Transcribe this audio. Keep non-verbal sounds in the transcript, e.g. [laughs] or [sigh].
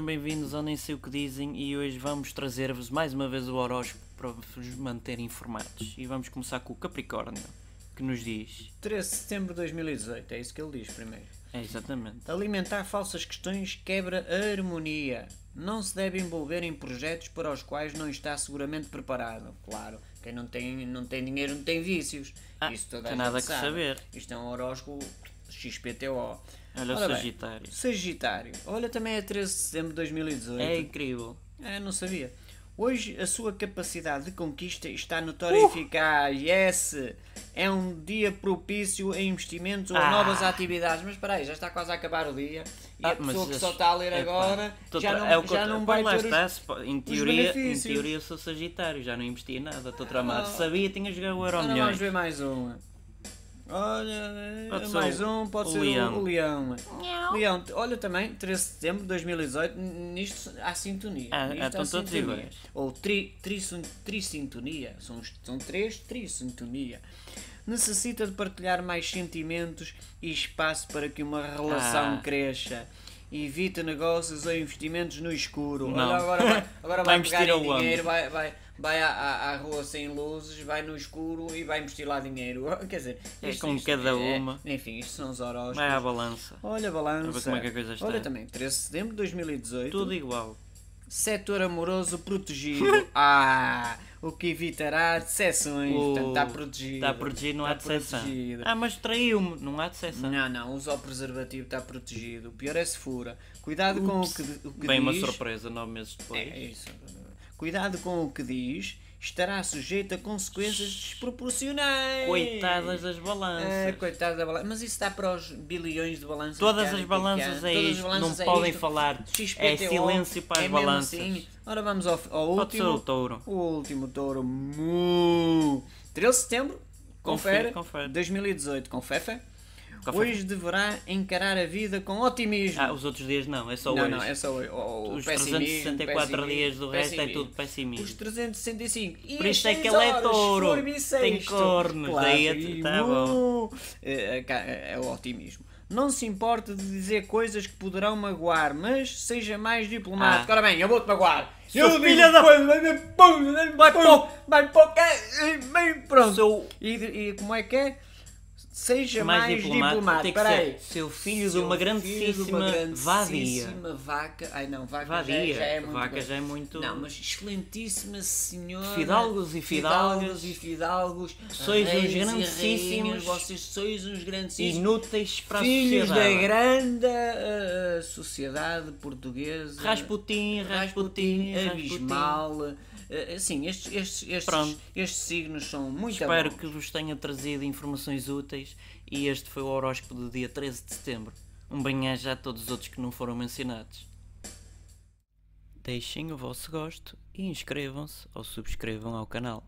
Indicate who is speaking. Speaker 1: bem-vindos ao Nem Sei O Que Dizem e hoje vamos trazer-vos mais uma vez o horóscopo para vos manter informados. E vamos começar com o Capricórnio, que nos diz...
Speaker 2: 13 de setembro de 2018, é isso que ele diz primeiro.
Speaker 1: É, exatamente.
Speaker 2: Alimentar falsas questões quebra a harmonia. Não se deve envolver em projetos para os quais não está seguramente preparado. Claro, quem não tem, não tem dinheiro não tem vícios.
Speaker 1: Ah,
Speaker 2: Isso toda a
Speaker 1: tem
Speaker 2: gente
Speaker 1: nada que
Speaker 2: sabe.
Speaker 1: saber.
Speaker 2: Isto é um horóscopo XPTO.
Speaker 1: Olha o
Speaker 2: Ora bem,
Speaker 1: Sagitário.
Speaker 2: Sagitário. Olha, também é 13 de setembro de 2018.
Speaker 1: É incrível.
Speaker 2: Ah, não sabia. Hoje a sua capacidade de conquista está notória e
Speaker 1: Uh!
Speaker 2: eficaz. Yes! É um dia propício a investimentos ou a
Speaker 1: Ah.
Speaker 2: novas atividades. Mas espera aí, já está quase a acabar o dia. E
Speaker 1: Ah,
Speaker 2: a pessoa
Speaker 1: mas
Speaker 2: que
Speaker 1: esse-
Speaker 2: só está a ler
Speaker 1: epá,
Speaker 2: agora
Speaker 1: tô
Speaker 2: já
Speaker 1: tra-
Speaker 2: não,
Speaker 1: é o que eu
Speaker 2: já
Speaker 1: tra-
Speaker 2: não
Speaker 1: Pá,
Speaker 2: vai
Speaker 1: lá
Speaker 2: ter os...
Speaker 1: está, se po- em teoria, em
Speaker 2: benefícios.
Speaker 1: teoria eu sou Sagitário, já não investi em nada, estou tramado. Sabia, tinha jogado o Euro
Speaker 2: Ora, vamos
Speaker 1: Milhões.
Speaker 2: ver mais uma. Olha,
Speaker 1: Pode ser
Speaker 2: mais
Speaker 1: o-
Speaker 2: um, pode
Speaker 1: o
Speaker 2: ser o-
Speaker 1: leão.
Speaker 2: o leão. Leão, te- olha também, 13 de setembro de 2018, n- nisto há sintonia.
Speaker 1: Ah,
Speaker 2: nisto
Speaker 1: ah,
Speaker 2: há
Speaker 1: estão todos
Speaker 2: sintonia.
Speaker 1: iguais.
Speaker 2: Ou tri, trisun- trissintonia, são, os- são três trissintonia. Necessita de partilhar mais sentimentos e espaço para que uma relação
Speaker 1: Ah.
Speaker 2: cresça. Evita negócios ou investimentos no escuro.
Speaker 1: Não.
Speaker 2: Olha,
Speaker 1: [laughs] Vai
Speaker 2: agora vai, agora vai pegar
Speaker 1: investir
Speaker 2: em
Speaker 1: ao
Speaker 2: dinheiro,
Speaker 1: âmbito.
Speaker 2: vai, vai, vai à, à- à rua sem luzes, vai no escuro e vai investir lá dinheiro. [laughs] Quer dizer,
Speaker 1: É com cada
Speaker 2: é-
Speaker 1: uma.
Speaker 2: enfim, isto são os horóscopos.
Speaker 1: Vai à balança.
Speaker 2: Olha a
Speaker 1: A ver
Speaker 2: balança.
Speaker 1: como é que a coisa está.
Speaker 2: Olha também, 13 de setembro de 2018.
Speaker 1: Tudo igual.
Speaker 2: Setor amoroso
Speaker 1: [laughs]
Speaker 2: protegido. ah, o que evitará decepções.
Speaker 1: O-
Speaker 2: Portanto, está protegido.
Speaker 1: Está protegido, não há
Speaker 2: Está
Speaker 1: decepção.
Speaker 2: protegido.
Speaker 1: Ah, mas traiu-me, não há decepção.
Speaker 2: Não, não, usa o preservativo, está protegido. O pior é se fura. Cuidado com o que, o que
Speaker 1: Bem, uma
Speaker 2: diz.
Speaker 1: surpresa nove meses depois.
Speaker 2: É isso. Cuidado com o que diz. Estará sujeito a consequências desproporcionais.
Speaker 1: Coitadas das
Speaker 2: É,
Speaker 1: balanças.
Speaker 2: coitado da balança. Mas isso dá para os bilhões de balanças.
Speaker 1: Todas
Speaker 2: que há
Speaker 1: as
Speaker 2: e
Speaker 1: balanças
Speaker 2: que há.
Speaker 1: é
Speaker 2: Todas as
Speaker 1: isto, não
Speaker 2: balanças é
Speaker 1: podem
Speaker 2: isto.
Speaker 1: falar. É
Speaker 2: XPTO,
Speaker 1: silêncio para as
Speaker 2: é mesmo
Speaker 1: balanças.
Speaker 2: assim. Ora, vamos ao, ao
Speaker 1: Pode ser o
Speaker 2: último.
Speaker 1: touro.
Speaker 2: O último touro. Mu. 13 de setembro.
Speaker 1: Confere,
Speaker 2: Confere.
Speaker 1: confere.
Speaker 2: 2018. Confefa.
Speaker 1: Confere.
Speaker 2: Hoje deverá encarar a vida com otimismo.
Speaker 1: Ah, os outros dias não, é só
Speaker 2: não,
Speaker 1: hoje.
Speaker 2: não, é só o, o, o
Speaker 1: Os
Speaker 2: pessimismo,
Speaker 1: 364
Speaker 2: pessimismo,
Speaker 1: dias do resto é
Speaker 2: pessimismo.
Speaker 1: tudo pessimismo.
Speaker 2: Os 365. E
Speaker 1: Por isso é
Speaker 2: as
Speaker 1: que
Speaker 2: seis
Speaker 1: ele é
Speaker 2: horas
Speaker 1: touro.
Speaker 2: foi bissexto.
Speaker 1: Tem cornos,
Speaker 2: Claro,
Speaker 1: daí é-
Speaker 2: e
Speaker 1: tá bom.
Speaker 2: mu- É, é, cá, é, é o otimismo. Não se importe de dizer coisas que poderão magoar, mas seja mais diplomático.
Speaker 1: Ah.
Speaker 2: Ora bem, eu vou-te magoar.
Speaker 1: Sou
Speaker 2: eu
Speaker 1: filha
Speaker 2: digo
Speaker 1: da-
Speaker 2: coisas, vai- vai- pum, vai- Vai
Speaker 1: pum.
Speaker 2: pum, vai pum, é, é, bem, pronto.
Speaker 1: Sou-
Speaker 2: E, e como é que é? Seja
Speaker 1: mais,
Speaker 2: mais,
Speaker 1: diplomático, tem que
Speaker 2: Espera
Speaker 1: ser
Speaker 2: aí.
Speaker 1: seu filho de
Speaker 2: Seu
Speaker 1: uma
Speaker 2: filho de
Speaker 1: grandíssima
Speaker 2: uma
Speaker 1: vadia.
Speaker 2: grandíssima vaca. Ai não, vaca,
Speaker 1: Vadia.
Speaker 2: Já, já é muito.
Speaker 1: Vaca
Speaker 2: grande.
Speaker 1: já é muito-
Speaker 2: Não, mas excelentíssima senhora.
Speaker 1: Fidalgos e fidalgas.
Speaker 2: Fidalgos e fidalgos.
Speaker 1: Sois uns
Speaker 2: reis e
Speaker 1: grandíssimos.
Speaker 2: rainhas, Vocês sois uns grandíssimos.
Speaker 1: Inúteis para a
Speaker 2: Filhos da
Speaker 1: sociedade.
Speaker 2: grande ah, ah, sociedade portuguesa.
Speaker 1: Rasputin, Rasputin,
Speaker 2: Rasputin,
Speaker 1: Rasputin.
Speaker 2: abismal. Ah, Assim, estes, estes, estes,
Speaker 1: Pronto.
Speaker 2: estes signos são muito
Speaker 1: Espero
Speaker 2: bons.
Speaker 1: que vos tenha trazido informações úteis e este foi o horóscopo do dia 13 de setembro. Um banhaja a todos os outros que não foram mencionados. Deixem o vosso gosto e inscrevam-se ou subscrevam ao canal.